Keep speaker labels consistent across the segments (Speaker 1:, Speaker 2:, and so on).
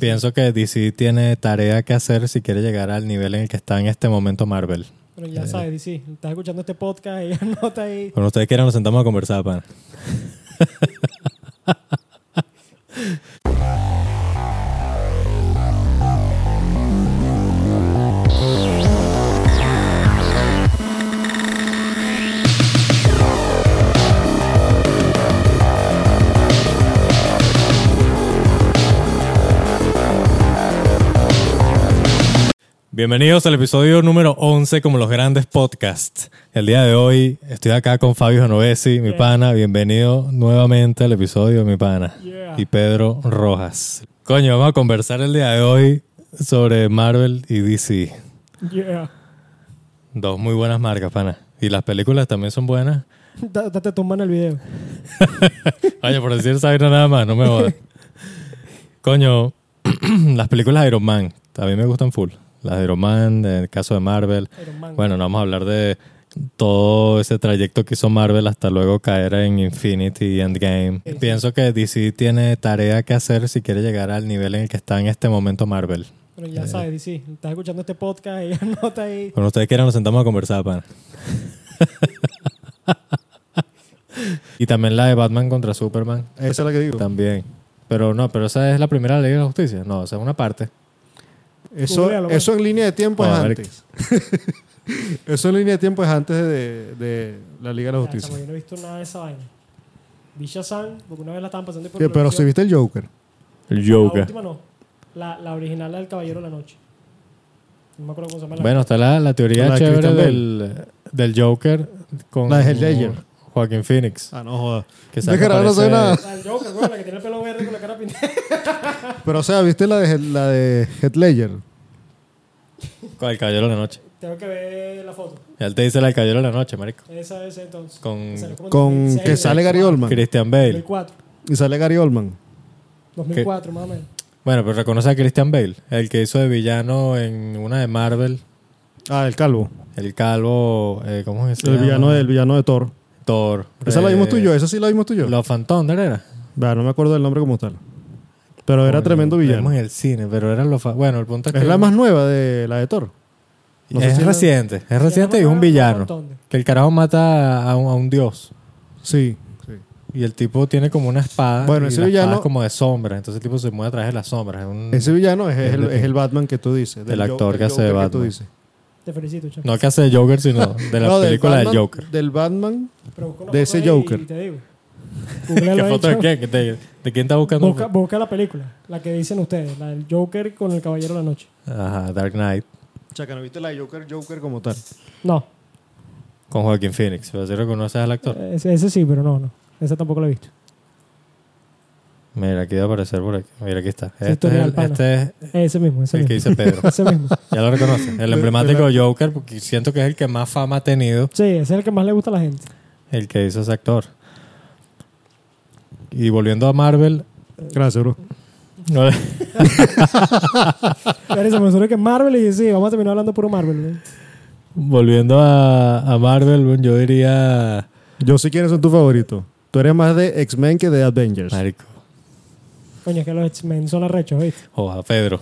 Speaker 1: Pienso que DC tiene tarea que hacer si quiere llegar al nivel en el que está en este momento Marvel.
Speaker 2: Pero ya
Speaker 1: Eh.
Speaker 2: sabes, DC, estás escuchando este podcast y anota ahí.
Speaker 1: Cuando ustedes quieran nos sentamos a conversar, pan. Bienvenidos al episodio número 11 como los grandes podcasts. El día de hoy estoy acá con Fabio Genovesi, mi
Speaker 2: Yeah.
Speaker 1: pana. Bienvenido nuevamente al episodio, mi pana.
Speaker 2: Yeah.
Speaker 1: Y Pedro Rojas. Coño, vamos a conversar el día de hoy sobre Marvel y DC.
Speaker 2: Yeah.
Speaker 1: Dos muy buenas marcas, pana. Y las películas también son buenas.
Speaker 2: Da- da- Te tumban el video.
Speaker 1: Oye, por decir esa vaina nada más, no me jodas. Coño, las películas de Iron Man, a mí me gustan full. Las de Iron Man, en el caso de Marvel.
Speaker 2: Iron Man.
Speaker 1: Bueno, no vamos a hablar de todo ese trayecto que hizo Marvel hasta luego caer en Infinity y Endgame.
Speaker 2: Sí, sí.
Speaker 1: Pienso que DC tiene tarea que hacer si quiere llegar al nivel en el que está en este momento Marvel.
Speaker 2: Pero
Speaker 1: eh.
Speaker 2: ya sabes, DC, estás escuchando este podcast y anota ahí.
Speaker 1: Cuando ustedes quieran nos sentamos a conversar, pan. y también la de Batman contra Superman.
Speaker 3: Esa es la que digo.
Speaker 1: También. Pero no, pero esa es la primera ley de la justicia. No, esa es una parte.
Speaker 3: Eso,
Speaker 2: Googlealo,
Speaker 3: eso en línea de tiempo es
Speaker 1: No, a ver.
Speaker 3: antes. eso en línea de tiempo es antes de, de la Liga de la
Speaker 2: Ya, chamo,
Speaker 3: Justicia.
Speaker 2: yo no he visto nada de esa vaina. Vi Shazam, porque una vez la estaban pasando por
Speaker 3: Que- pero si
Speaker 2: televisión.
Speaker 3: viste el Joker.
Speaker 1: El
Speaker 2: La última no. La, la original, la del Caballero de la Noche. No me acuerdo cómo se llama. la-
Speaker 1: Bueno, está la, la teoría
Speaker 3: La de
Speaker 1: chévere
Speaker 3: Christian Bale.
Speaker 1: del, del Joker con
Speaker 3: La de Heath Ledger.
Speaker 1: Joaquín Phoenix.
Speaker 3: Ah, no joda.
Speaker 1: Que
Speaker 3: De cara no sé nada.
Speaker 2: La del Joker, güey, la que tiene el pelo verde con la cara pintada.
Speaker 3: Pero o sea, viste la de, la de Heath Ledger.
Speaker 1: Con el Caballero de la Noche.
Speaker 2: Tengo que ver la foto.
Speaker 1: Ya él te dice la del Caballero de la Noche, marico.
Speaker 2: Esa es entonces.
Speaker 1: Con
Speaker 2: Salió como en
Speaker 3: Con
Speaker 2: 2006,
Speaker 3: que sale Gary Oldman.
Speaker 1: Christian Bale.
Speaker 2: 2004.
Speaker 3: Y sale Gary Oldman.
Speaker 2: 2004, más o menos.
Speaker 1: Bueno, pero reconoce a Christian Bale, el que hizo de villano en una de Marvel,
Speaker 3: Ah, el calvo.
Speaker 1: el calvo, eh, ¿cómo es? que se
Speaker 3: El
Speaker 1: llama?
Speaker 3: villano, del villano de Thor.
Speaker 1: Thor.
Speaker 3: Esa la
Speaker 1: de-
Speaker 3: vimos tú y yo. Esa sí la vimos tú y yo.
Speaker 1: Love and Thunder era.
Speaker 3: Bah, no me acuerdo del nombre como tal. Pero era
Speaker 1: Coño,
Speaker 3: tremendo
Speaker 1: la
Speaker 3: villano.
Speaker 1: Vimos en el cine, pero era lo fa- Bueno, el punto es que.
Speaker 3: Es la más nueva de la de Thor. no sé
Speaker 1: es
Speaker 3: si era-
Speaker 1: reciente, es reciente y es un villano. Que el carajo mata a un, a un dios.
Speaker 3: Sí. sí.
Speaker 1: Y el tipo tiene como una espada.
Speaker 3: Bueno,
Speaker 1: y
Speaker 3: ese
Speaker 1: la espada
Speaker 3: villano-
Speaker 1: es como de sombra. Entonces el tipo se mueve a través de las sombras. es un-
Speaker 3: Ese villano es, es el,
Speaker 1: El de-
Speaker 3: es el Batman que tú dices. del
Speaker 1: El actor
Speaker 3: Jo-
Speaker 1: que
Speaker 3: del
Speaker 1: hace de
Speaker 3: Joker tú
Speaker 1: Batman.
Speaker 3: dices.
Speaker 2: Te felicito, chaval.
Speaker 1: No que hace de Joker, sino de la
Speaker 3: No, del
Speaker 1: película de
Speaker 3: Batman-
Speaker 1: Joker.
Speaker 3: Del Batman
Speaker 2: Pero busca una
Speaker 3: de
Speaker 2: foto
Speaker 3: ese
Speaker 2: ahí
Speaker 3: Joker.
Speaker 2: Y te digo.
Speaker 1: ¿Qué
Speaker 2: Googlealo ahí,
Speaker 1: foto de
Speaker 2: chamo.
Speaker 1: quién? ¿De, de quién está buscando?
Speaker 2: Busca, busca la película, la que dicen ustedes, la del Joker con el Caballero de la Noche.
Speaker 1: Ajá, Dark Knight.
Speaker 3: Chaca, ¿no viste la de Joker, Joker como tal?
Speaker 2: No,
Speaker 1: Con Joaquín Phoenix. Pero si reconoces al actor.
Speaker 2: ese, ese sí, pero no, no. Esa tampoco la he visto.
Speaker 1: Mira, aquí va a aparecer por aquí. Mira, aquí está.
Speaker 2: Sí,
Speaker 1: Este
Speaker 2: tú
Speaker 1: es
Speaker 2: mira
Speaker 1: el,
Speaker 2: el pana.
Speaker 1: este es
Speaker 2: Ese mismo, ese
Speaker 1: el que
Speaker 2: mismo.
Speaker 1: dice Pedro.
Speaker 2: Ese mismo.
Speaker 1: Ya lo reconoces. El emblemático Joker, porque siento que es el que más fama ha tenido,
Speaker 2: Sí, ese es el que más le gusta a la gente.
Speaker 1: el que hizo ese actor. Y volviendo a Marvel.
Speaker 3: Gracias, bro.
Speaker 1: no-
Speaker 2: Pero se me suena que es Marvel y sí, vamos a terminar hablando puro Marvel. ¿no?
Speaker 1: volviendo a, a Marvel, yo diría.
Speaker 3: Yo sé quiénes son tus favoritos. Tú eres más de X-Men que de Avengers.
Speaker 1: Marico.
Speaker 2: Coño, es que los X-Men son arrechos, ¿viste?
Speaker 1: Ojo, Pedro.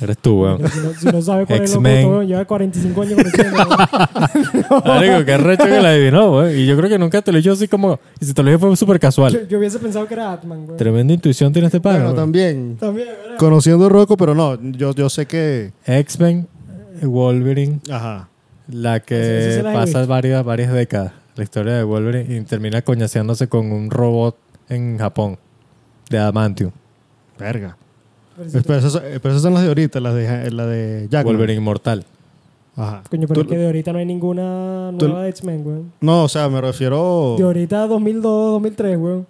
Speaker 1: Eres tú, weón.
Speaker 2: Porque Si no, si no sabes cuál es el
Speaker 1: X-Men.
Speaker 2: locutor, lleva 45 años conociendo. ¿no?
Speaker 1: Marico, qué recho que la adivinó, weón. Y yo creo que nunca te lo he dicho así como. Y si te lo dije fue súper
Speaker 2: Yo,
Speaker 1: casual.
Speaker 2: yo hubiese pensado que era Atman, güey.
Speaker 1: Tremenda intuición tiene este
Speaker 3: Bueno,
Speaker 1: padre.
Speaker 3: también.
Speaker 2: También, ¿verdad?
Speaker 3: Conociendo a Rocco, pero no, yo, yo sé que.
Speaker 1: X-Men, Wolverine,
Speaker 3: Ajá.
Speaker 1: la
Speaker 2: Ese- ese
Speaker 1: que
Speaker 2: sí la he
Speaker 1: pasa
Speaker 2: visto.
Speaker 1: varias, varias décadas. La historia de Wolverine y termina coñaseándose con un robot en Japón de Adamantium.
Speaker 3: Verga.
Speaker 2: Pero si tú-
Speaker 3: Pero esas, son- eh, pero esas son las de ahorita, las de, Ja- la de Jack.
Speaker 1: Wolverine inmortal.
Speaker 3: Ajá.
Speaker 2: Coño, pero
Speaker 3: Tú-
Speaker 2: es que de ahorita no hay ninguna
Speaker 3: tú-
Speaker 2: nueva de X-Men, güey.
Speaker 3: No, o sea, me refiero.
Speaker 2: De ahorita 2002, 2003, güey.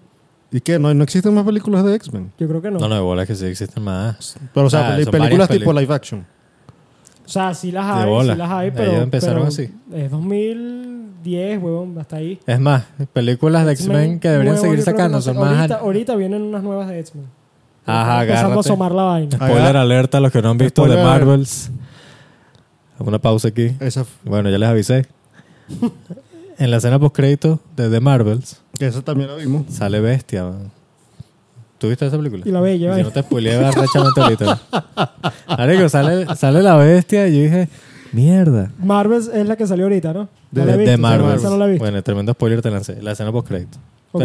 Speaker 3: ¿Y qué? ¿No, no existen más películas de X-Men?
Speaker 2: Yo creo que no.
Speaker 1: No, no, de bola que sí existen más.
Speaker 3: Pero, o sea,
Speaker 1: Ah,
Speaker 3: peli-
Speaker 1: son varias
Speaker 3: películas tipo
Speaker 1: películas.
Speaker 3: live action.
Speaker 2: O sea, sí las
Speaker 1: De
Speaker 2: hay,
Speaker 1: bola.
Speaker 2: sí las hay, pero.
Speaker 1: Ellos empezaron
Speaker 2: pero
Speaker 1: así.
Speaker 2: Es 2010, huevón, hasta ahí.
Speaker 1: Es más, películas de X-Men que deberían
Speaker 2: nuevo,
Speaker 1: seguir
Speaker 2: yo creo que
Speaker 1: sacando
Speaker 2: no sé.
Speaker 1: son más.
Speaker 2: Ahorita, ahorita vienen unas nuevas de X-Men.
Speaker 1: Ajá,
Speaker 2: Empezando a
Speaker 1: agárrate.
Speaker 2: asomar la vaina.
Speaker 1: Spoiler
Speaker 3: Agar-
Speaker 1: alerta a los que no han visto de
Speaker 3: Spoiler alerta.
Speaker 1: Marvels. Una pausa aquí.
Speaker 3: Esa, f-
Speaker 1: Bueno, ya les avisé. en la escena post-crédito de The Marvels
Speaker 3: esa también la vimos.
Speaker 1: sale Bestia. man. ¿Tú viste esa película?
Speaker 2: Y la ve,
Speaker 1: Y
Speaker 2: lleva
Speaker 1: Si no te spoileé arrechamente ahorita. Marico, sale, sale la bestia y yo dije, mierda.
Speaker 2: Marvel es la que salió ahorita, ¿no?
Speaker 3: De-
Speaker 2: No la he
Speaker 1: de
Speaker 2: visto,
Speaker 1: Marvel.
Speaker 2: Esa no la he visto.
Speaker 1: Bueno, tremendo spoiler te lancé. La escena post crédito.
Speaker 2: Ok.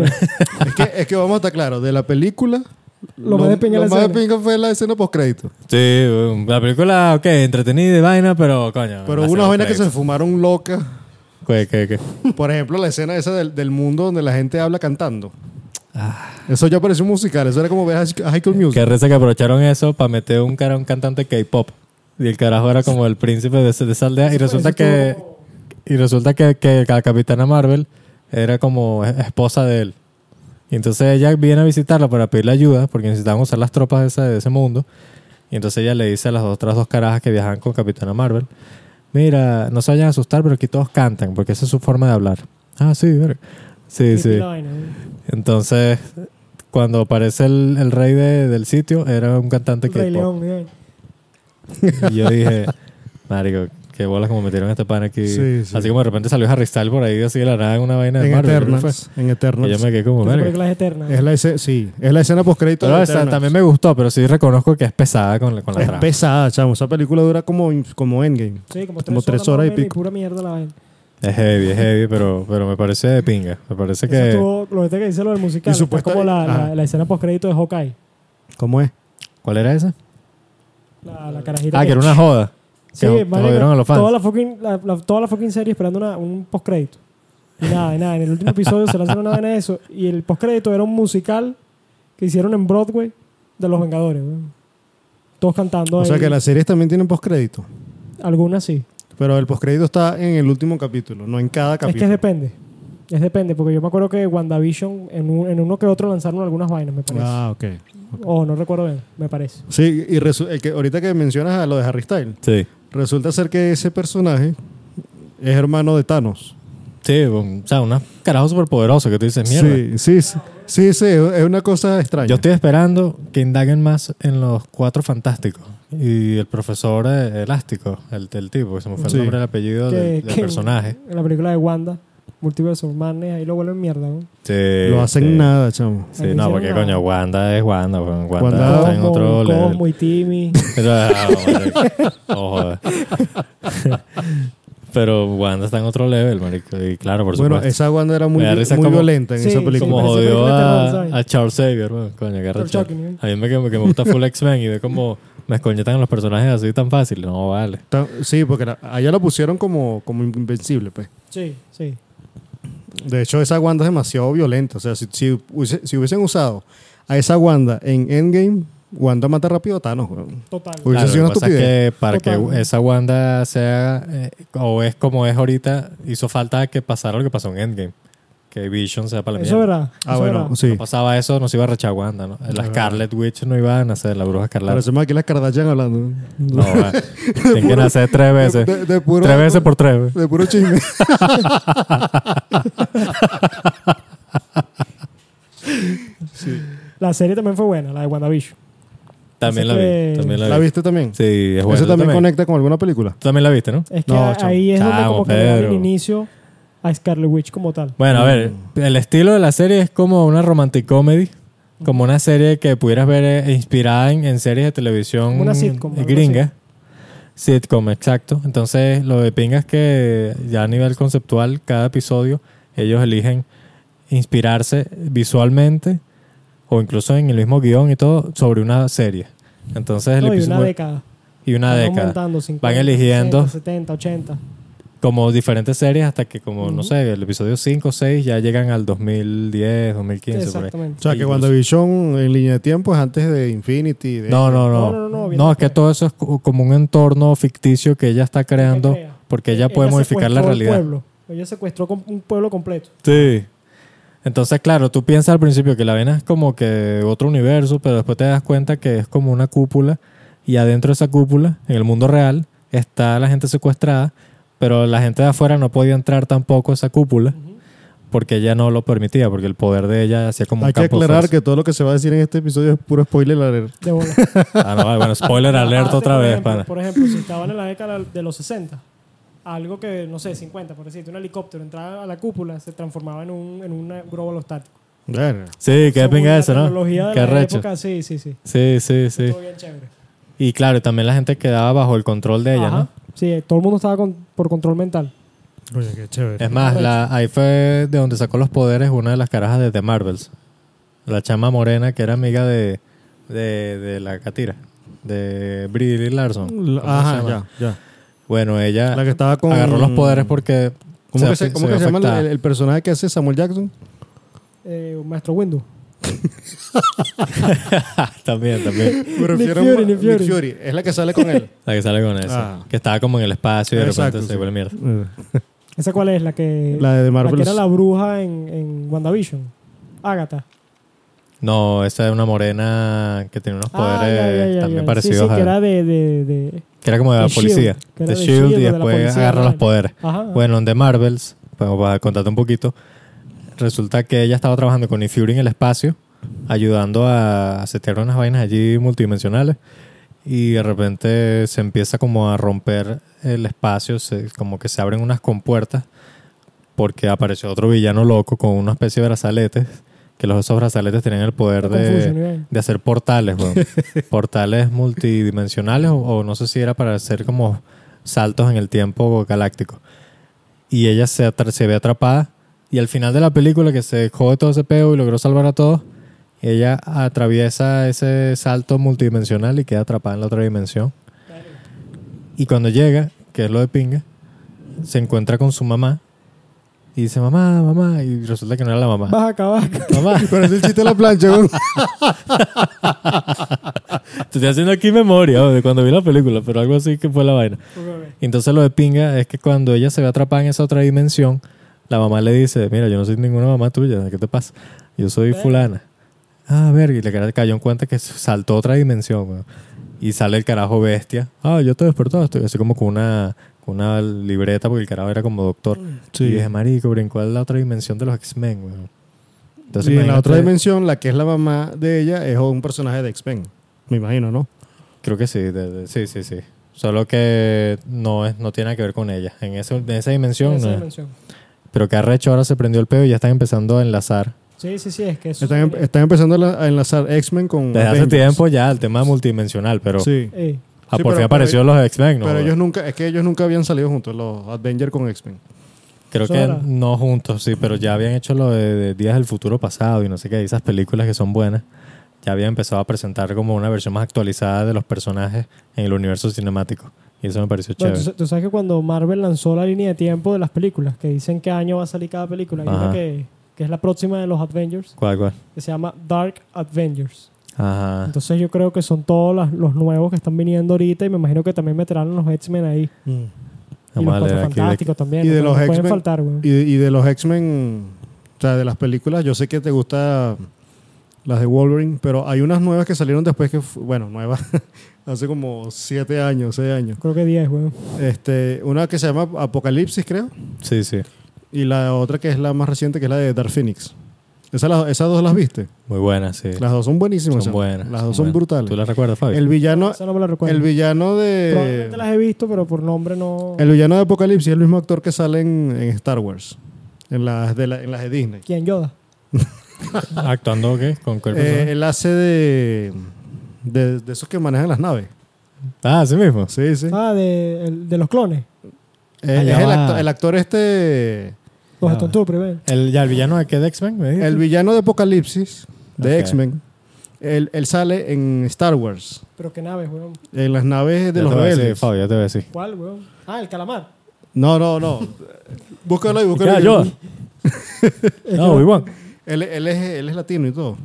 Speaker 3: es, que, es que vamos a estar claros, de la película,
Speaker 2: Lo más de pinga
Speaker 3: lo
Speaker 2: la
Speaker 3: más de
Speaker 2: escena.
Speaker 3: pinga fue la escena postcrédito.
Speaker 1: Sí, um, la película, ok, entretenida y vaina, pero coño.
Speaker 3: Pero
Speaker 1: Ah, la
Speaker 3: hubo unas
Speaker 1: escena
Speaker 3: vainas que se
Speaker 1: post-crédito.
Speaker 3: fumaron locas.
Speaker 1: ¿Qué, qué, qué?
Speaker 3: Por ejemplo, la escena esa del, del mundo donde la gente habla cantando.
Speaker 1: Ah.
Speaker 3: Eso ya pareció un musical, eso era como ver High High School Music.
Speaker 1: Qué reza que aprovecharon eso para meter un cara un cantante K-pop. Y el carajo era como el príncipe de, ese- de esa aldea. Y
Speaker 3: pues,
Speaker 1: resulta que. Y resulta que, que la capitana Marvel era como es- esposa de él. Y entonces ella viene a visitarla para pedirle ayuda, porque necesitaban usar las tropas de ese, de ese mundo. Y entonces ella le dice a las otras dos carajas que viajan con Capitana Marvel: Mira, no se vayan a asustar, pero aquí todos cantan, porque esa es su forma de hablar. Ah, sí, verga. Sí,
Speaker 2: Creepy
Speaker 1: sí.
Speaker 2: la vaina, ¿eh?
Speaker 1: Entonces, cuando aparece el, el rey de- del sitio, era un cantante
Speaker 2: Rey
Speaker 1: que
Speaker 2: León, ¿eh?
Speaker 1: Y yo dije, Marico, qué bolas como metieron a este pan aquí.
Speaker 3: Sí, sí.
Speaker 1: Así como de repente salió Harry Styles por ahí así de la nada en una vaina de
Speaker 3: En
Speaker 1: Marvel. creo que
Speaker 3: Eternals. En
Speaker 1: fue. Y yo
Speaker 3: Eternals.
Speaker 1: me quedé como,
Speaker 2: Esa
Speaker 1: verga.
Speaker 2: película es eterna.
Speaker 3: Es la escena, sí, es la escena postcrédito.
Speaker 1: Pero
Speaker 3: de
Speaker 1: esa
Speaker 3: Eternals.
Speaker 1: también me gustó, pero sí reconozco que es pesada con, la- con la
Speaker 3: Es
Speaker 1: trama.
Speaker 3: pesada, chamo. Esa película dura como, como Endgame.
Speaker 2: Sí, como
Speaker 3: como
Speaker 2: tres,
Speaker 3: tres
Speaker 2: horas,
Speaker 3: horas y
Speaker 2: más o menos,
Speaker 3: pico.
Speaker 2: Pura mierda la vaina.
Speaker 1: Es heavy, es heavy, pero, pero me parece de pinga. Me parece
Speaker 2: Eso
Speaker 1: que...
Speaker 2: estuvo- lo este que dice lo del musical.
Speaker 3: Y
Speaker 2: está
Speaker 3: supuesta-
Speaker 2: como la,
Speaker 3: ajá.
Speaker 2: la, la escena postcrédito de Hawkeye.
Speaker 3: ¿Cómo es?
Speaker 1: ¿Cuál era esa?
Speaker 2: La, la carajita.
Speaker 1: Ah, que era una joda.
Speaker 2: Sí,
Speaker 1: que
Speaker 2: marico,
Speaker 1: jodieron a los fans.
Speaker 2: Toda la fucking, la- la- toda la fucking serie esperando una- un postcrédito. Y nada, y nada. En el último episodio se lanzaron una vaina de eso. Y el postcrédito era un musical que hicieron en Broadway de Los Vengadores. weón. Todos cantando.
Speaker 3: O sea
Speaker 2: ahí.
Speaker 3: que las series también tienen postcrédito.
Speaker 2: Algunas sí.
Speaker 3: Pero el postcrédito está en el último capítulo, no en cada
Speaker 2: Es que
Speaker 3: capítulo.
Speaker 2: es depende. Es depende, porque yo me acuerdo que WandaVision en, un- en uno que otro lanzaron algunas vainas, me parece.
Speaker 3: Ah, ok.
Speaker 2: O no recuerdo bien, me parece.
Speaker 3: Sí, y resu- el que, ahorita que mencionas a lo de Harry Styles,
Speaker 1: Sí.
Speaker 3: resulta ser que ese personaje es hermano de Thanos.
Speaker 1: Sí, o sea, un carajo superpoderoso que tú dices, mierda.
Speaker 3: Sí, sí, sí, sí, sí, es es una cosa extraña.
Speaker 1: Yo estoy esperando que indaguen más en los cuatro fantásticos. Y el profesor eh, Elástico, el, el tipo, que se me fue
Speaker 3: Sí.
Speaker 1: el nombre y el apellido
Speaker 2: Que-
Speaker 1: del, del
Speaker 2: que-
Speaker 1: personaje.
Speaker 2: En la película de Wanda, Multiverse of Madness, ahí lo vuelven mierda. ¿no?
Speaker 3: Lo hacen
Speaker 1: este,
Speaker 3: nada, chamo.
Speaker 1: Sí,
Speaker 2: Ahí
Speaker 1: no,
Speaker 2: hicieron
Speaker 1: porque
Speaker 2: nada.
Speaker 1: coño, Wanda es Wanda. weón. Wanda,
Speaker 3: Wanda-
Speaker 1: está en
Speaker 2: Cosmo,
Speaker 1: otro level.
Speaker 2: Cosmo y Timmy.
Speaker 1: Pero, ah, marico. No, joder. Pero Wanda está en otro level, marico. Y claro, por
Speaker 3: bueno,
Speaker 1: supuesto.
Speaker 3: esa Wanda era muy,
Speaker 1: Me da
Speaker 3: muy
Speaker 1: risa como-
Speaker 3: violenta en
Speaker 2: Sí,
Speaker 3: esa
Speaker 2: sí,
Speaker 3: película.
Speaker 1: como
Speaker 2: parece
Speaker 1: jodió
Speaker 2: película de terror, ¿sabes?
Speaker 1: a, a Charles Xavier, weón. coño, qué
Speaker 2: Charles
Speaker 1: arrecho.
Speaker 2: Chaplin, ¿eh?
Speaker 1: A mí me, que- que me gusta Full X-Men y ve como me escoñetan a los personajes así tan fácil. No, vale.
Speaker 3: Tan- Sí, porque la- allá la pusieron como, como invencible, pues.
Speaker 2: Sí, sí.
Speaker 3: De hecho, esa Wanda es demasiado violenta. O sea, si, si hubiese- si hubiesen usado a esa Wanda en Endgame, Wanda mata rápido a Thanos. weón.
Speaker 2: Total.
Speaker 3: Uy. Hubiese
Speaker 1: lo
Speaker 3: sido una
Speaker 1: que pasa es
Speaker 3: estupidez.
Speaker 1: que para
Speaker 2: Total.
Speaker 1: que esa Wanda sea eh, o es como es ahorita, hizo falta que pasara lo que pasó en Endgame. Que Vision sea para la
Speaker 2: Eso
Speaker 1: mierda.
Speaker 2: era.
Speaker 3: Ah,
Speaker 2: eso
Speaker 3: bueno,
Speaker 2: era.
Speaker 1: Si
Speaker 3: sí.
Speaker 1: no pasaba eso, no se iba a rechar Wanda, ¿no? La Scarlet Witch no iba a nacer, la bruja Scarlet.
Speaker 3: Parecemos aquí las Kardashian hablando.
Speaker 1: No, va. Tienen que nacer tres veces.
Speaker 3: De, de puro,
Speaker 1: Tres veces por tres.
Speaker 3: de puro chisme.
Speaker 2: La serie también fue buena, la de WandaVision.
Speaker 1: También la
Speaker 2: que-
Speaker 1: vi. También la
Speaker 3: ¿La
Speaker 1: vi.
Speaker 3: viste también?
Speaker 1: Sí, es
Speaker 3: Eso
Speaker 1: buena.
Speaker 3: también,
Speaker 1: Tú
Speaker 3: conecta con alguna película.
Speaker 1: Tú también la viste, ¿no?
Speaker 2: Es que
Speaker 3: No,
Speaker 2: a-
Speaker 3: chamo.
Speaker 2: ahí es donde
Speaker 1: Chamo,
Speaker 2: como que le dan el
Speaker 1: Pedro.
Speaker 2: inicio a Scarlet Witch como tal.
Speaker 1: Bueno, a ver,
Speaker 2: Mm.
Speaker 1: el estilo de la serie es como una romantic comedy, como una serie que pudieras ver eh, inspirada en, en series de televisión
Speaker 2: Una sitcom, algo
Speaker 1: gringa. Sitcom, exacto. Entonces, lo de pinga es que ya a nivel conceptual, cada episodio, ellos eligen inspirarse visualmente o incluso en el mismo guión y todo sobre una serie. Entonces, el
Speaker 2: No, y una
Speaker 1: episodio-
Speaker 2: década.
Speaker 1: y una
Speaker 2: Van
Speaker 1: década.
Speaker 2: aumentando, 50,
Speaker 1: Van eligiendo.
Speaker 2: 70, 80.
Speaker 1: como diferentes series hasta que como no
Speaker 2: Ujú.
Speaker 1: sé el episodio 5 o 6 ya llegan al 2010 2015 por ahí.
Speaker 2: Exactamente.
Speaker 3: O sea, que
Speaker 1: Incluso.
Speaker 3: WandaVision en línea de tiempo es antes de Infinity. de-
Speaker 1: no no no
Speaker 2: No, no,
Speaker 1: no,
Speaker 2: no, bien
Speaker 1: es que
Speaker 2: después.
Speaker 1: todo eso es co- como un entorno ficticio que ella está creando
Speaker 2: crea.
Speaker 1: porque ella puede modificar la
Speaker 2: secuestró al
Speaker 1: realidad
Speaker 2: pueblo. Ella secuestró com- un pueblo completo.
Speaker 1: sí entonces claro tú piensas al principio que la vena es como que otro universo pero después te das cuenta que es como una cúpula y adentro de esa cúpula en el mundo real está la gente secuestrada pero la gente de afuera no podía entrar tampoco a esa cúpula porque ella no lo permitía, porque el poder de ella hacía como un
Speaker 3: Hay que
Speaker 1: campo
Speaker 3: aclarar
Speaker 1: fuerza.
Speaker 3: que todo lo que se va a decir en este episodio es puro spoiler alert.
Speaker 2: De bola.
Speaker 1: Ah, no, vale, bueno, spoiler alert
Speaker 2: Aparte,
Speaker 1: otra
Speaker 2: por
Speaker 1: vez,
Speaker 2: ejemplo,
Speaker 1: pana.
Speaker 2: Por ejemplo, si estaban en la década de los 60, algo que, no sé, 50, por decirte, un helicóptero entraba a la cúpula, se transformaba en un, en un globo aerostático.
Speaker 3: Verga.
Speaker 1: Sí, qué
Speaker 2: Según
Speaker 1: pinga
Speaker 2: la
Speaker 1: eso, ¿no?
Speaker 2: tecnología de
Speaker 1: Qué
Speaker 2: la
Speaker 1: arrecho.
Speaker 2: época, Sí, sí, sí.
Speaker 1: Sí, sí, sí.
Speaker 2: Todo bien chévere.
Speaker 1: Y claro, también la gente quedaba bajo el control de ella,
Speaker 2: Ajá.
Speaker 1: ¿no?
Speaker 2: Sí, todo el mundo estaba con- por control mental.
Speaker 3: Oye, qué chévere.
Speaker 1: Es más, la, ahí fue de donde sacó los poderes una de las carajas de The Marvels. La chama morena que era amiga de, de, de la catira, de Brilly Larson. ¿Cómo se
Speaker 3: Ajá,
Speaker 1: llama?
Speaker 3: ya, ya.
Speaker 1: Bueno, ella
Speaker 3: La que estaba con...
Speaker 1: agarró los poderes porque...
Speaker 3: ¿Cómo que
Speaker 1: afe-
Speaker 3: se, cómo
Speaker 1: vio
Speaker 3: que se llama
Speaker 1: afectada.
Speaker 3: el, el personaje que hace Samuel Jackson?
Speaker 2: Eh, Maestro Windows.
Speaker 1: también, también.
Speaker 3: Me refiero a-
Speaker 2: Nick Fury, Nick Fury.
Speaker 3: Es la que sale con él.
Speaker 1: La que sale con eso.
Speaker 3: Ah.
Speaker 1: Que estaba como en el espacio y de
Speaker 3: Exacto,
Speaker 1: repente se
Speaker 3: sí.
Speaker 1: vuelve mierda.
Speaker 2: ¿Esa cuál es? La que,
Speaker 3: la de Marvel.
Speaker 2: que era la bruja en, en WandaVision. Agatha.
Speaker 1: No, esa es una morena que tiene unos
Speaker 2: Ah,
Speaker 1: poderes
Speaker 2: ya, ya, ya,
Speaker 1: también
Speaker 2: ya.
Speaker 1: parecidos
Speaker 2: Sí, sí,
Speaker 1: a...
Speaker 2: que era de... de, de-
Speaker 1: que era como de la
Speaker 2: de Shield,
Speaker 1: policía.
Speaker 2: que
Speaker 1: de
Speaker 2: era de
Speaker 1: Shield,
Speaker 2: Shield o
Speaker 1: y
Speaker 2: de la
Speaker 1: después
Speaker 2: policía,
Speaker 1: agarra los
Speaker 2: ¿verdad?
Speaker 1: poderes.
Speaker 2: Ajá.
Speaker 1: Bueno, en The Marvels, pues para contarte un poquito, resulta que ella estaba trabajando con Nick Fury en el espacio, ayudando a setear unas vainas allí multidimensionales, y de repente se empieza como a romper el espacio, se- como que se abren unas compuertas, porque apareció otro villano loco con una especie de brazaletes, que los, esos brazaletes tenían el poder de
Speaker 2: Confusion, ¿eh?
Speaker 1: de hacer portales, weón. portales multidimensionales o, o no sé si era para hacer como saltos en el tiempo galáctico. Y ella se, atra- se ve atrapada y al final de la película que se jode todo ese peo y logró salvar a todos, ella atraviesa ese salto multidimensional y queda atrapada en la otra dimensión. Y cuando llega, que es lo de pinga, se encuentra con su mamá y dice mamá, mamá y resulta que no era la mamá.
Speaker 2: Baja acá, baja acá.
Speaker 1: Mamá,
Speaker 3: Pero es el chiste de la plancha, güey.
Speaker 1: Te estoy haciendo aquí memoria oh, de cuando vi la película, pero algo así que fue la vaina. Y Entonces lo de pinga es que cuando ella se ve atrapada en esa otra dimensión, la mamá le dice, mira, yo no soy ninguna mamá tuya, ¿qué te pasa? Yo soy fulana. Ah, verga, y le ca- cayó en cuenta que saltó a otra dimensión, weón. Y sale el carajo bestia. Ah, yo te despertaba, estoy así como con una, con una libreta, porque el carajo era como doctor.
Speaker 3: Sí.
Speaker 1: Y dije, marico, brincó a la otra dimensión de los X-Men, weón. Entonces,
Speaker 3: y en la
Speaker 1: imagínate-
Speaker 3: otra dimensión, la que es la mamá de ella es un personaje de X-Men. Me imagino, ¿no?
Speaker 1: Creo que sí, de- de- sí, sí, sí. Solo que no es, no tiene nada que ver con ella. En, ese- en esa dimensión,
Speaker 2: Esa
Speaker 1: no es.
Speaker 2: dimensión.
Speaker 1: pero que arrecho ahora se prendió el pedo y ya están empezando a enlazar.
Speaker 2: Sí, sí, sí, es que eso...
Speaker 3: Están, em-, están empezando a la- a enlazar X-Men con.
Speaker 1: Desde hace
Speaker 3: Avengers.
Speaker 1: tiempo ya el tema multidimensional, pero
Speaker 3: Mm, Sí.
Speaker 2: Eh,
Speaker 1: ah,
Speaker 3: Sí,
Speaker 1: por
Speaker 3: pero-
Speaker 1: fin apareció los X-Men, ¿no?
Speaker 3: Pero ellos nunca, es que ellos nunca habían salido juntos, los Avengers con X-Men.
Speaker 1: Creo
Speaker 2: Eso
Speaker 1: que
Speaker 2: era.
Speaker 1: no juntos, sí, pero ya habían hecho lo de, de Días del Futuro Pasado y no sé qué, esas películas que son buenas. Ya habían empezado a presentar como una versión más actualizada de los personajes en el universo cinemático. Y eso me pareció
Speaker 2: bueno,
Speaker 1: chévere.
Speaker 2: tú, tú sabes que cuando Marvel lanzó la línea de tiempo de las películas, que dicen qué año va a salir cada película, hay
Speaker 1: Ajá.
Speaker 2: una que, que es la próxima de los Avengers,
Speaker 1: ¿Cuál, cuál?
Speaker 2: que se llama Dark Avengers.
Speaker 1: Ajá.
Speaker 2: Entonces yo creo que son todos las- los nuevos que están viniendo ahorita y me imagino que también meterán los X-Men ahí. Y
Speaker 1: Vamos a
Speaker 2: los
Speaker 1: leer Ah, aquí de-
Speaker 2: Fantásticos también.
Speaker 3: y
Speaker 2: no
Speaker 3: de
Speaker 2: pueden-
Speaker 3: los
Speaker 2: no pueden
Speaker 3: X-Men-
Speaker 2: faltar, güey.
Speaker 3: Y, y de los X-Men, o sea, de las películas, yo sé que te gusta las de Wolverine, pero hay unas nuevas que salieron después que, fu- bueno, nuevas, hace como siete años, seis años.
Speaker 2: Creo que 10, güey.
Speaker 3: Este, una que se llama Apocalipsis, creo,
Speaker 1: Sí, sí.
Speaker 3: y la otra que es la más reciente, que es la de Dark Phoenix. Esa la- esas dos las viste.
Speaker 1: Muy buena, sí.
Speaker 3: Las dos son buenísimas.
Speaker 1: Son
Speaker 3: o sea,
Speaker 1: buenas.
Speaker 3: Las dos son,
Speaker 1: buenas.
Speaker 3: brutales.
Speaker 1: ¿Tú las recuerdas, Fabio?
Speaker 3: El villano,
Speaker 2: Esa no me la recuerdo.
Speaker 3: Ah, el villano
Speaker 2: Probablemente
Speaker 3: de.
Speaker 2: las he visto, pero por nombre no...
Speaker 3: El villano de Apocalipsis es el mismo actor que sale en, en Star Wars. En las de, la- en las de Disney.
Speaker 2: ¿Quién? Yoda.
Speaker 1: ¿Actuando qué? ¿Con qué
Speaker 3: Eh,
Speaker 1: personaje?
Speaker 3: él hace de, de. de esos que manejan las naves.
Speaker 1: Ah, sí mismo.
Speaker 3: Sí, sí.
Speaker 2: Ah, de, el- de los clones.
Speaker 3: Eh,
Speaker 1: Ah,
Speaker 3: es
Speaker 1: ya
Speaker 3: el,
Speaker 1: va.
Speaker 3: acto- el actor este.
Speaker 2: Los
Speaker 1: Ah.
Speaker 2: Stone Troopers, güey.
Speaker 1: ¿El, ya, el villano de qué de X-Men? me dijiste?
Speaker 3: El villano de Apocalipsis, de
Speaker 1: Ok.
Speaker 3: X-Men. Él, él sale en Star Wars.
Speaker 2: Pero qué naves, güey.
Speaker 3: En las naves de
Speaker 1: Ya
Speaker 3: los
Speaker 1: te voy a decir,
Speaker 3: rebeldes.
Speaker 1: Fabio, ya te voy a decir.
Speaker 2: ¿Cuál, güey? Ah, el calamar.
Speaker 3: No, no, no. Búscalo ahí, búscalo
Speaker 1: Ya,
Speaker 3: ahí.
Speaker 1: yo. no, Obi-Wan.
Speaker 3: Él, él es, él es latino y todo.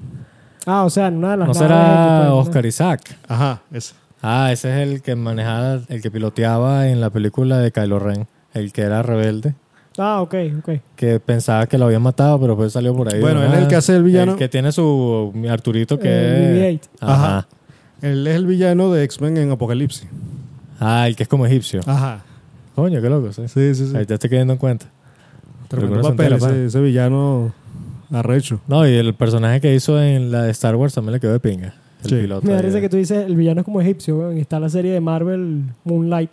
Speaker 2: Ah, o sea, en una de las
Speaker 1: No
Speaker 2: naves
Speaker 1: será
Speaker 2: que-
Speaker 1: Oscar Isaac.
Speaker 3: Ajá, ese.
Speaker 1: Ah, ese es el que manejaba, el que piloteaba en la película de Kylo Ren. El que era rebelde.
Speaker 2: Ah, ok, ok.
Speaker 1: Que pensaba que lo habían matado, pero después salió por ahí.
Speaker 3: Bueno,
Speaker 1: de
Speaker 3: él es
Speaker 1: nada.
Speaker 3: el que hace el villano.
Speaker 1: que tiene su mi Arturito que
Speaker 2: El BB-8.
Speaker 1: Ajá.
Speaker 3: Ajá. Él es el villano de X-Men en Apocalipsis.
Speaker 1: Ah, el que es como egipcio.
Speaker 3: Ajá.
Speaker 1: Coño, qué loco, sí.
Speaker 3: Sí, sí, sí.
Speaker 1: Ahí te estoy quedando en cuenta.
Speaker 3: Tremendo
Speaker 1: Pero con
Speaker 3: papel
Speaker 1: esa entera,
Speaker 3: ese, ese villano arrecho.
Speaker 1: No, y el personaje que hizo en la de Star Wars también le quedó de pinga. El
Speaker 3: Sí.
Speaker 1: piloto.
Speaker 2: Me
Speaker 1: ahí.
Speaker 2: parece que tú dices, el villano es como egipcio, güey. y Está la serie de Marvel Moonlight.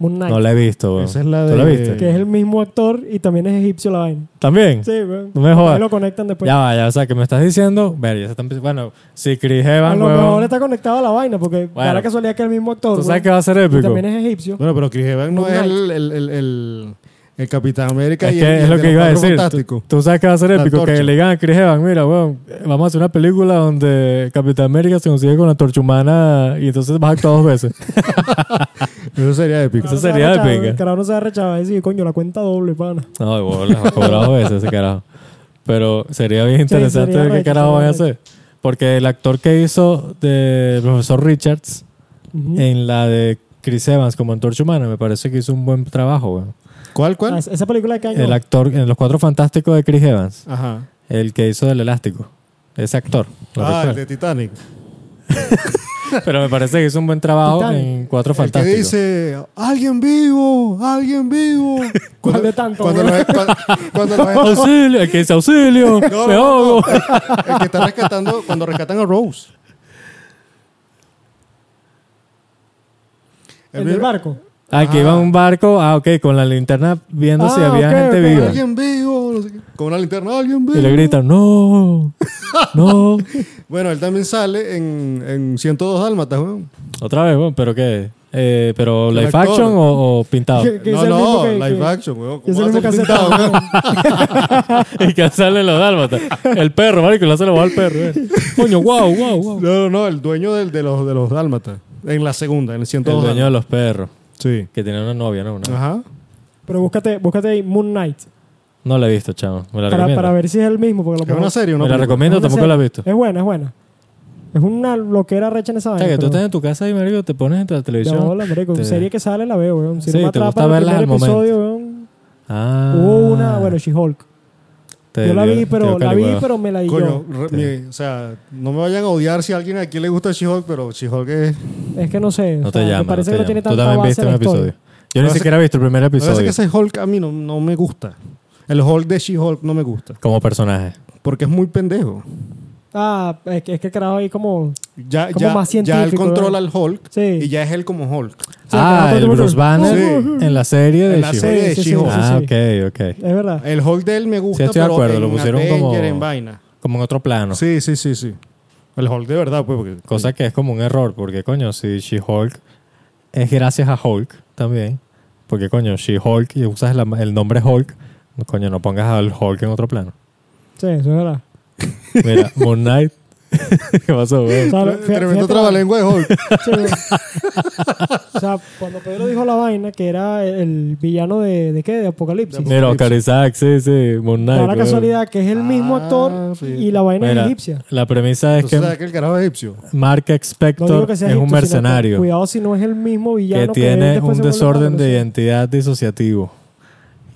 Speaker 2: Moon Knight.
Speaker 1: No la he visto, weón.
Speaker 3: Esa es la de...
Speaker 1: ¿Tú la viste?
Speaker 2: Que es el mismo actor y también es egipcio la vaina.
Speaker 1: ¿También?
Speaker 2: Sí, weón.
Speaker 1: No me jodas.
Speaker 2: Ahí lo conectan después.
Speaker 1: Ya va, ya, o sea, que me estás diciendo. Ver, ya se están- Bueno, si Chris
Speaker 2: a
Speaker 1: Evans,
Speaker 2: lo
Speaker 1: weón,
Speaker 2: mejor está conectado a la vaina porque da la
Speaker 1: Bueno.
Speaker 2: casualidad que es el mismo actor.
Speaker 1: ¿Tú sabes
Speaker 2: weón,
Speaker 1: que va a ser
Speaker 2: y
Speaker 1: épico?
Speaker 2: también es egipcio.
Speaker 3: Bueno, pero Chris Evans no
Speaker 2: Moon
Speaker 3: es
Speaker 2: Knight.
Speaker 3: el, el, el, el, el Capitán América
Speaker 1: Es
Speaker 3: y
Speaker 1: que
Speaker 3: el, y
Speaker 1: es
Speaker 3: el
Speaker 1: lo
Speaker 3: de
Speaker 1: que
Speaker 3: los
Speaker 1: iba a
Speaker 3: Cuatro
Speaker 1: decir.
Speaker 3: Fantásticos.
Speaker 1: Tú sabes que va a ser
Speaker 3: La
Speaker 1: épico que
Speaker 3: antorcha.
Speaker 1: le digan a Chris Evans, mira, weón, vamos a hacer una película donde Capitán América se consigue con la torcha humana y entonces vas a actuar dos veces.
Speaker 3: Eso sería épico.
Speaker 1: Eso
Speaker 2: Claro, no se
Speaker 1: sería
Speaker 2: va a rechazar,
Speaker 1: épica.
Speaker 2: El carajo no se va a rechazar, va a decir, coño, la cuenta doble, pana.
Speaker 1: No, y weón, las ha cobrado dos veces ese carajo. Pero sería bien interesante
Speaker 2: sería
Speaker 1: ver qué
Speaker 2: recho,
Speaker 1: carajo van
Speaker 2: sería
Speaker 1: a
Speaker 2: recho.
Speaker 1: hacer. Porque el actor que hizo de profesor Richards
Speaker 2: Ujú.
Speaker 1: en la de Chris Evans como antorcha humana, me parece que hizo un buen trabajo, weón.
Speaker 3: ¿Cuál,
Speaker 2: Ah,
Speaker 3: cuál?
Speaker 2: Esa película de caño.
Speaker 1: El actor en Los Cuatro Fantásticos de Chris Evans,
Speaker 3: Ajá.
Speaker 1: el que hizo del elástico. Ese actor. lo
Speaker 3: Ah, el
Speaker 1: recuerdo.
Speaker 3: de Titanic.
Speaker 1: Pero me parece que hizo un buen trabajo
Speaker 2: Titanic.
Speaker 1: en Cuatro
Speaker 3: El que
Speaker 1: Fantásticos.
Speaker 3: dice, alguien vivo, alguien vivo.
Speaker 2: ¿Cuál de tanto,
Speaker 3: Cuando
Speaker 2: güey?
Speaker 3: los, cuando, cuando los-
Speaker 1: ¡Auxilio! El que dice auxilio,
Speaker 3: No,
Speaker 1: me
Speaker 3: no,
Speaker 1: ahogo.
Speaker 3: el que está rescatando, cuando rescatan a Rose.
Speaker 2: el del barco.
Speaker 1: Ah, que iba a un barco, ah, ok, con la linterna viendo si
Speaker 2: Ah,
Speaker 1: había
Speaker 2: ok,
Speaker 1: gente
Speaker 2: ok.
Speaker 1: viva.
Speaker 3: Alguien vivo, no sé qué. con una linterna, alguien vivo.
Speaker 1: Y le gritan, no, no.
Speaker 3: Bueno, él también sale en, en 102 Dálmatas, weón.
Speaker 1: Otra vez, bueno, pero qué. Eh, ¿Pero
Speaker 3: El
Speaker 1: live
Speaker 3: actor.
Speaker 1: action o, o pintado?
Speaker 2: Que- que es
Speaker 3: No,
Speaker 2: el mismo
Speaker 3: no,
Speaker 2: que-
Speaker 3: live
Speaker 2: que-
Speaker 3: action, weón.
Speaker 2: que es
Speaker 3: ¿Cómo
Speaker 2: el
Speaker 3: va a
Speaker 2: mismo que
Speaker 3: ser
Speaker 2: hace
Speaker 3: pintado,
Speaker 2: Tarzán.
Speaker 3: weón?
Speaker 1: y que salen los dálmatas. El perro, marico, le hace la voz al perro. eh. Coño, wow, wow, wow.
Speaker 3: No, no, el dueño del- de, los, de los Dálmatas. En la segunda, en el
Speaker 1: El
Speaker 3: 102
Speaker 1: dueño de los perros,
Speaker 3: Dálmatas. Sí.
Speaker 1: que tenía una novia, ¿no? Una-
Speaker 3: Ajá.
Speaker 2: Pero búscate, búscate ahí Moon Knight
Speaker 1: No la he visto, chavo. Me la
Speaker 2: para,
Speaker 1: recomiendo.
Speaker 2: para ver si es el mismo. Porque a lo
Speaker 3: Es
Speaker 2: mejor-
Speaker 3: una serie, ¿no?
Speaker 1: Me la recomiendo,
Speaker 2: Es una
Speaker 1: tampoco la he visto.
Speaker 2: Es buena, es buena. Es una loquera recha en esa
Speaker 1: O
Speaker 2: vaina.
Speaker 1: sea, que tú
Speaker 2: pero-
Speaker 1: estás en tu casa y, marico, te pones entre la
Speaker 2: Ya,
Speaker 1: televisión.
Speaker 2: hola, marico.
Speaker 1: Te-
Speaker 2: Serie que sale la veo, weón. Si
Speaker 1: Sí,
Speaker 2: no me
Speaker 1: te
Speaker 2: atrapa
Speaker 1: gusta
Speaker 2: en el
Speaker 1: verla
Speaker 2: primer
Speaker 1: al momento.
Speaker 2: episodio, weón.
Speaker 1: Ah.
Speaker 2: Hubo una, bueno, She-Hulk.
Speaker 1: Te
Speaker 2: Yo la
Speaker 1: dio-
Speaker 2: vi,
Speaker 1: te
Speaker 2: pero
Speaker 1: dio
Speaker 2: la vi,
Speaker 1: calihueva.
Speaker 2: pero me la di
Speaker 3: Coño,
Speaker 2: yo.
Speaker 3: re- mi- o sea, no me vayan a odiar si a alguien aquí le gusta She-Hulk, pero She-Hulk es...
Speaker 2: Es que no sé. o
Speaker 1: No te
Speaker 2: sea,
Speaker 1: llama.
Speaker 2: Me parece
Speaker 1: no
Speaker 2: que
Speaker 1: te
Speaker 2: no tiene
Speaker 1: llama. Tú
Speaker 2: tanta
Speaker 1: también
Speaker 2: base
Speaker 1: viste
Speaker 2: en
Speaker 1: un
Speaker 2: la
Speaker 1: episodio.
Speaker 2: historia.
Speaker 1: Yo ni
Speaker 3: Parece-
Speaker 1: siquiera he visto el primer
Speaker 3: Me parece que
Speaker 1: episodio
Speaker 3: ese Hulk a mí no, no me gusta. El Hulk de She-Hulk no me gusta.
Speaker 1: como personaje.
Speaker 3: Porque es muy pendejo.
Speaker 2: Ah, es que, es que carajo ahí como...
Speaker 3: Ya,
Speaker 2: Como
Speaker 3: ya,
Speaker 2: más
Speaker 3: ya él
Speaker 2: científico,
Speaker 3: controla al Hulk
Speaker 2: Sí.
Speaker 3: y ya es él como Hulk.
Speaker 2: Sí,
Speaker 1: Ah,
Speaker 2: carajo,
Speaker 1: el
Speaker 2: todo
Speaker 1: Bruce
Speaker 2: mundo-
Speaker 1: Banner
Speaker 3: Sí.
Speaker 1: en la serie de
Speaker 3: En la
Speaker 1: She-Hulk.
Speaker 3: serie de
Speaker 2: Sí, sí, sí,
Speaker 3: She-Hulk.
Speaker 2: sí, sí.
Speaker 1: Ah, ok, ok.
Speaker 2: Es verdad.
Speaker 3: El Hulk de él me gusta,
Speaker 1: Sí, estoy de
Speaker 3: pero
Speaker 1: acuerdo,
Speaker 3: en
Speaker 1: lo pusieron
Speaker 3: Avenger,
Speaker 1: como-
Speaker 3: en vaina.
Speaker 1: Como en otro plano.
Speaker 3: Sí, sí, sí, sí. El Hulk de verdad, pues. Porque,
Speaker 1: Cosa que es como un error, porque coño, si She-Hulk es gracias a Hulk también, porque coño, She-Hulk y usas la- el nombre Hulk, coño, no pongas al Hulk en otro plano.
Speaker 2: Sí, eso es verdad.
Speaker 1: Mira, Moon Knight. ¿Qué pasó,
Speaker 2: O
Speaker 1: güey?
Speaker 2: sea, fí-
Speaker 3: Tremendo
Speaker 2: fíjate-
Speaker 3: trabalengua de Hulk.
Speaker 2: Sí, güey. o sea, cuando Pedro dijo la vaina, que era el villano de, ¿de qué? De Apocalipsis.
Speaker 1: Mira, Oscar Isaac, sí, sí, Moon Knight.
Speaker 2: Da la
Speaker 1: güey.
Speaker 2: casualidad que es el mismo
Speaker 3: Ah,
Speaker 2: actor
Speaker 3: sí.
Speaker 2: y la vaina
Speaker 1: Mira,
Speaker 2: es egipcia.
Speaker 1: La premisa es
Speaker 3: Entonces,
Speaker 1: que
Speaker 3: ¿sabes que el carajo es egipcio?
Speaker 1: Mark
Speaker 2: No digo
Speaker 1: Spector
Speaker 2: que
Speaker 1: es
Speaker 2: sea
Speaker 1: un
Speaker 2: egipcio, sino que
Speaker 1: mercenario
Speaker 2: cuidado si no es el mismo villano.
Speaker 1: que
Speaker 2: él
Speaker 1: tiene
Speaker 2: después
Speaker 1: un
Speaker 2: se vuelve
Speaker 1: desorden
Speaker 2: malo,
Speaker 1: de
Speaker 2: no sé.
Speaker 1: identidad disociativo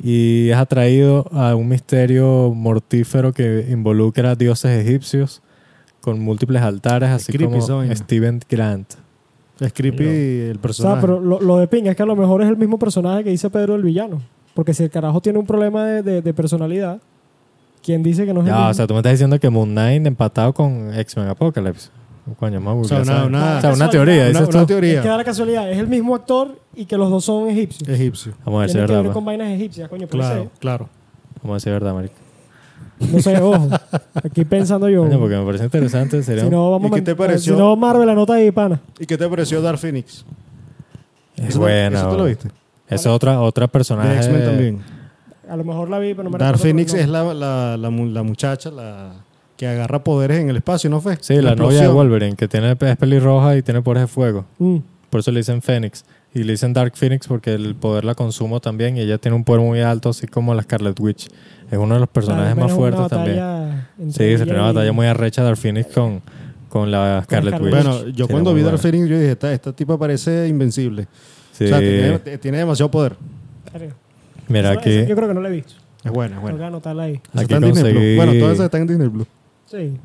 Speaker 1: y es atraído a un misterio mortífero que involucra dioses egipcios con múltles altares, así
Speaker 3: creepy esa
Speaker 1: como
Speaker 3: vaina.
Speaker 1: Steven Grant.
Speaker 3: Es creepy el
Speaker 2: O sea,
Speaker 3: personaje.
Speaker 2: pero lo, lo de pinga es que a lo mejor es el mismo personaje que dice Pedro el villano. Porque si el carajo tiene un problema de, de- de personalidad, ¿quién dice que no es el
Speaker 1: Ya,
Speaker 2: mismo?
Speaker 1: o sea, tú me estás diciendo que Moon Knight empatado con X-Men Apocalypse. Coño, más
Speaker 3: sea,
Speaker 1: vulgar,
Speaker 3: una-
Speaker 1: ¿sabes?
Speaker 3: una-
Speaker 1: O sea, una
Speaker 2: Casualidad.
Speaker 1: teoría,
Speaker 3: una,
Speaker 1: dices
Speaker 3: una
Speaker 1: tú.
Speaker 2: es que
Speaker 3: teoría.
Speaker 2: da la casualidad, es el mismo actor y que los dos son egipcios.
Speaker 3: Egipcio.
Speaker 1: Vamos a ver si
Speaker 2: Tiene
Speaker 1: es
Speaker 2: que ver
Speaker 1: verdad. pues.
Speaker 2: con vainas egipcias, coño. pero
Speaker 3: Claro, claro.
Speaker 1: ma. Vamos a ver si es verdad, marico.
Speaker 2: ese- No sé, ojo. Aquí pensando yo.
Speaker 1: Coño, porque me parece interesante. Sería
Speaker 2: Si no, vamos
Speaker 3: ¿Y qué
Speaker 2: a-
Speaker 3: te pareció?
Speaker 2: Si no, Marvel, anota ahí, pana.
Speaker 3: ¿Y qué te pareció Dark Phoenix?
Speaker 1: Es
Speaker 3: ¿Eso-
Speaker 1: buena.
Speaker 3: ¿Eso tú lo
Speaker 1: bro.
Speaker 3: viste?
Speaker 1: Es otra, otra personaje.
Speaker 3: De X-Men también.
Speaker 2: A lo mejor la vi, pero no me
Speaker 3: Dark
Speaker 2: recuerdo
Speaker 3: Phoenix
Speaker 2: el
Speaker 3: es la, la, la, mu- la muchacha la que agarra poderes en el espacio, ¿no fue?
Speaker 1: Sí, la novia de
Speaker 3: explosión.
Speaker 1: Wolverine, que tiene, es pelirroja y tiene poderes de fuego.
Speaker 2: nombre.
Speaker 1: Por eso le dicen Phoenix. Y le dicen Dark Phoenix porque el poder la consumo también. Y ella tiene un poder muy alto, así como la Scarlet Witch. Es uno de los personajes más fuertes también. Sí, se tiene una batalla muy arrecha Dark Phoenix con, con la Scarlet
Speaker 2: Scarlet
Speaker 1: Witch.
Speaker 2: Witch.
Speaker 3: Bueno, yo
Speaker 1: Sí,
Speaker 3: cuando
Speaker 1: muy
Speaker 3: vi
Speaker 1: buena.
Speaker 3: Dark Phoenix, yo dije, esta, esta tipa parece invencible.
Speaker 1: Sí.
Speaker 3: O sea, tiene, te- tiene demasiado poder.
Speaker 1: Mira, aquí,
Speaker 2: Yo creo que no la he visto.
Speaker 3: Es buena, es
Speaker 2: Tengo que
Speaker 3: buena.
Speaker 2: anotarla ahí.
Speaker 3: Esa
Speaker 1: aquí
Speaker 3: está en Disney Plus.
Speaker 1: conseguí...
Speaker 3: Bueno, todas esas están en Disney Plus.
Speaker 2: Sí.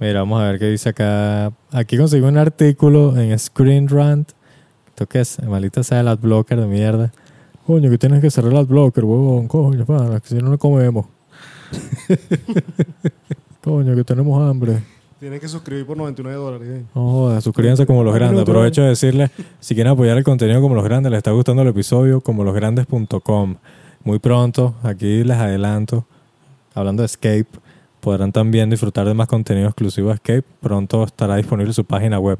Speaker 1: Mira, vamos a ver qué dice acá. Aquí conseguí un artículo en Screen Rant. ¿Esto qué es? Malita sea el adblocker de mierda. Coño, que tienes que cerrar el adblocker, huevón. Coño, pana, que si no, no comemos. Coño, que tenemos hambre.
Speaker 3: Tienen que suscribir por 99 dólares. ¿eh?
Speaker 1: No jodas, suscríbanse como los
Speaker 2: Un
Speaker 1: grandes.
Speaker 2: minuto,
Speaker 1: Aprovecho de decirles, si quieren apoyar el contenido como los grandes, les está gustando el episodio, como losgrandes.com. Muy pronto, aquí les adelanto, hablando de Escape, podrán también disfrutar de más contenido exclusivo de Escape. Pronto estará disponible su página web.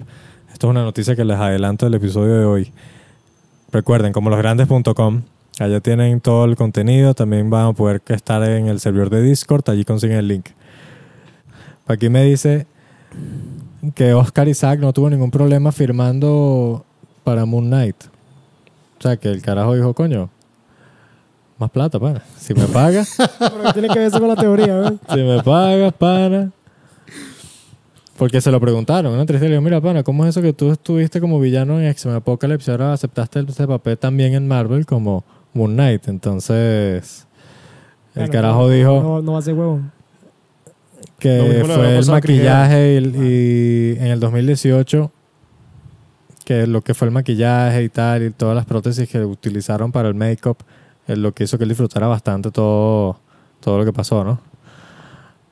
Speaker 1: Esto es una noticia que les adelanto del episodio de hoy. Recuerden, como losgrandes.com, allá tienen todo el contenido, también van a poder estar en el servidor de Discord, allí consiguen el link. Aquí me dice que Oscar Isaac no tuvo ningún problema firmando para Moon Knight. O sea, que el carajo dijo, coño, más plata, pana. Si me pagas,
Speaker 2: Pero ¿qué tiene que ver eso con la teoría, ¿eh?
Speaker 1: si me pagas, pana. Porque se lo preguntaron, una entrevista y le dijo, mira, pana, ¿cómo es eso que tú estuviste como villano en X-Men Apocalypse y ahora aceptaste ese papel también en Marvel como Moon Knight? Entonces, el
Speaker 2: Bueno,
Speaker 1: carajo
Speaker 2: no,
Speaker 1: dijo
Speaker 2: No, no va a ser huevo.
Speaker 3: Lo
Speaker 1: que
Speaker 3: mismo le habrá
Speaker 1: fue el
Speaker 3: pasado a Chris
Speaker 1: maquillaje y, y en el 2018 que lo que fue el maquillaje y tal y todas las prótesis que utilizaron para el make-up es lo que hizo que él disfrutara bastante todo todo lo que pasó ¿no?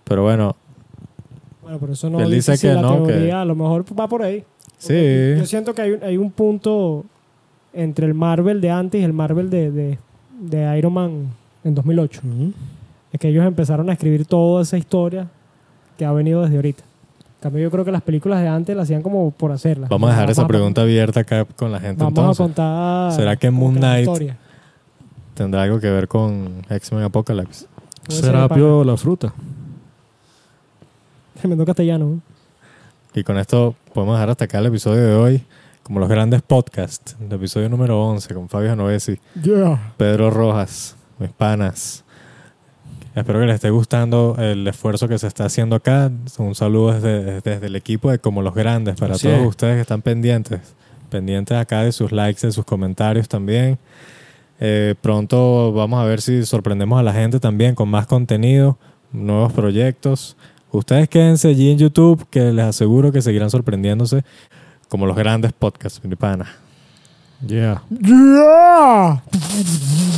Speaker 1: pero bueno
Speaker 2: Bueno, pero eso no
Speaker 1: Él dice
Speaker 2: si
Speaker 1: que
Speaker 2: la
Speaker 1: no, que-
Speaker 2: teoría, a lo mejor va por ahí.
Speaker 1: sí
Speaker 2: Yo siento que hay un, hay un punto entre el Marvel de antes y el Marvel de, de, de Iron Man en 2008. Es que ellos empezaron a escribir toda esa historia que ha venido desde ahorita. En cambio, yo creo que las películas de antes las hacían como por hacerlas.
Speaker 1: vamos a dejar esa
Speaker 2: Vamos
Speaker 1: pregunta abierta acá con la gente
Speaker 2: Vamos a
Speaker 1: entonces
Speaker 2: contar.
Speaker 1: ¿Será que
Speaker 2: como
Speaker 1: Moon
Speaker 2: la
Speaker 1: Knight-
Speaker 2: historia.
Speaker 1: tendrá algo que ver con X-Men Apocalypse
Speaker 2: Puede ser
Speaker 3: Serapio la fruta.
Speaker 2: pana. Tremendo castellano. ¿eh?
Speaker 1: y con esto podemos dejar hasta acá el episodio de hoy como los grandes podcasts el episodio número 11 con Fabio Genovesi Pedro Rojas, mis panas. Espero que les esté gustando el esfuerzo que se está haciendo acá. Un saludo desde, desde el equipo de Como los Grandes para
Speaker 3: Así
Speaker 1: todos
Speaker 3: es.
Speaker 1: ustedes que están pendientes. Pendientes acá de sus likes, de sus comentarios también. Eh, pronto vamos a ver si sorprendemos a la gente también con más contenido, nuevos proyectos. Ustedes quédense allí en YouTube que les aseguro que seguirán sorprendiéndose como los grandes podcasts, mi pana.
Speaker 3: Yeah.
Speaker 2: Yeah.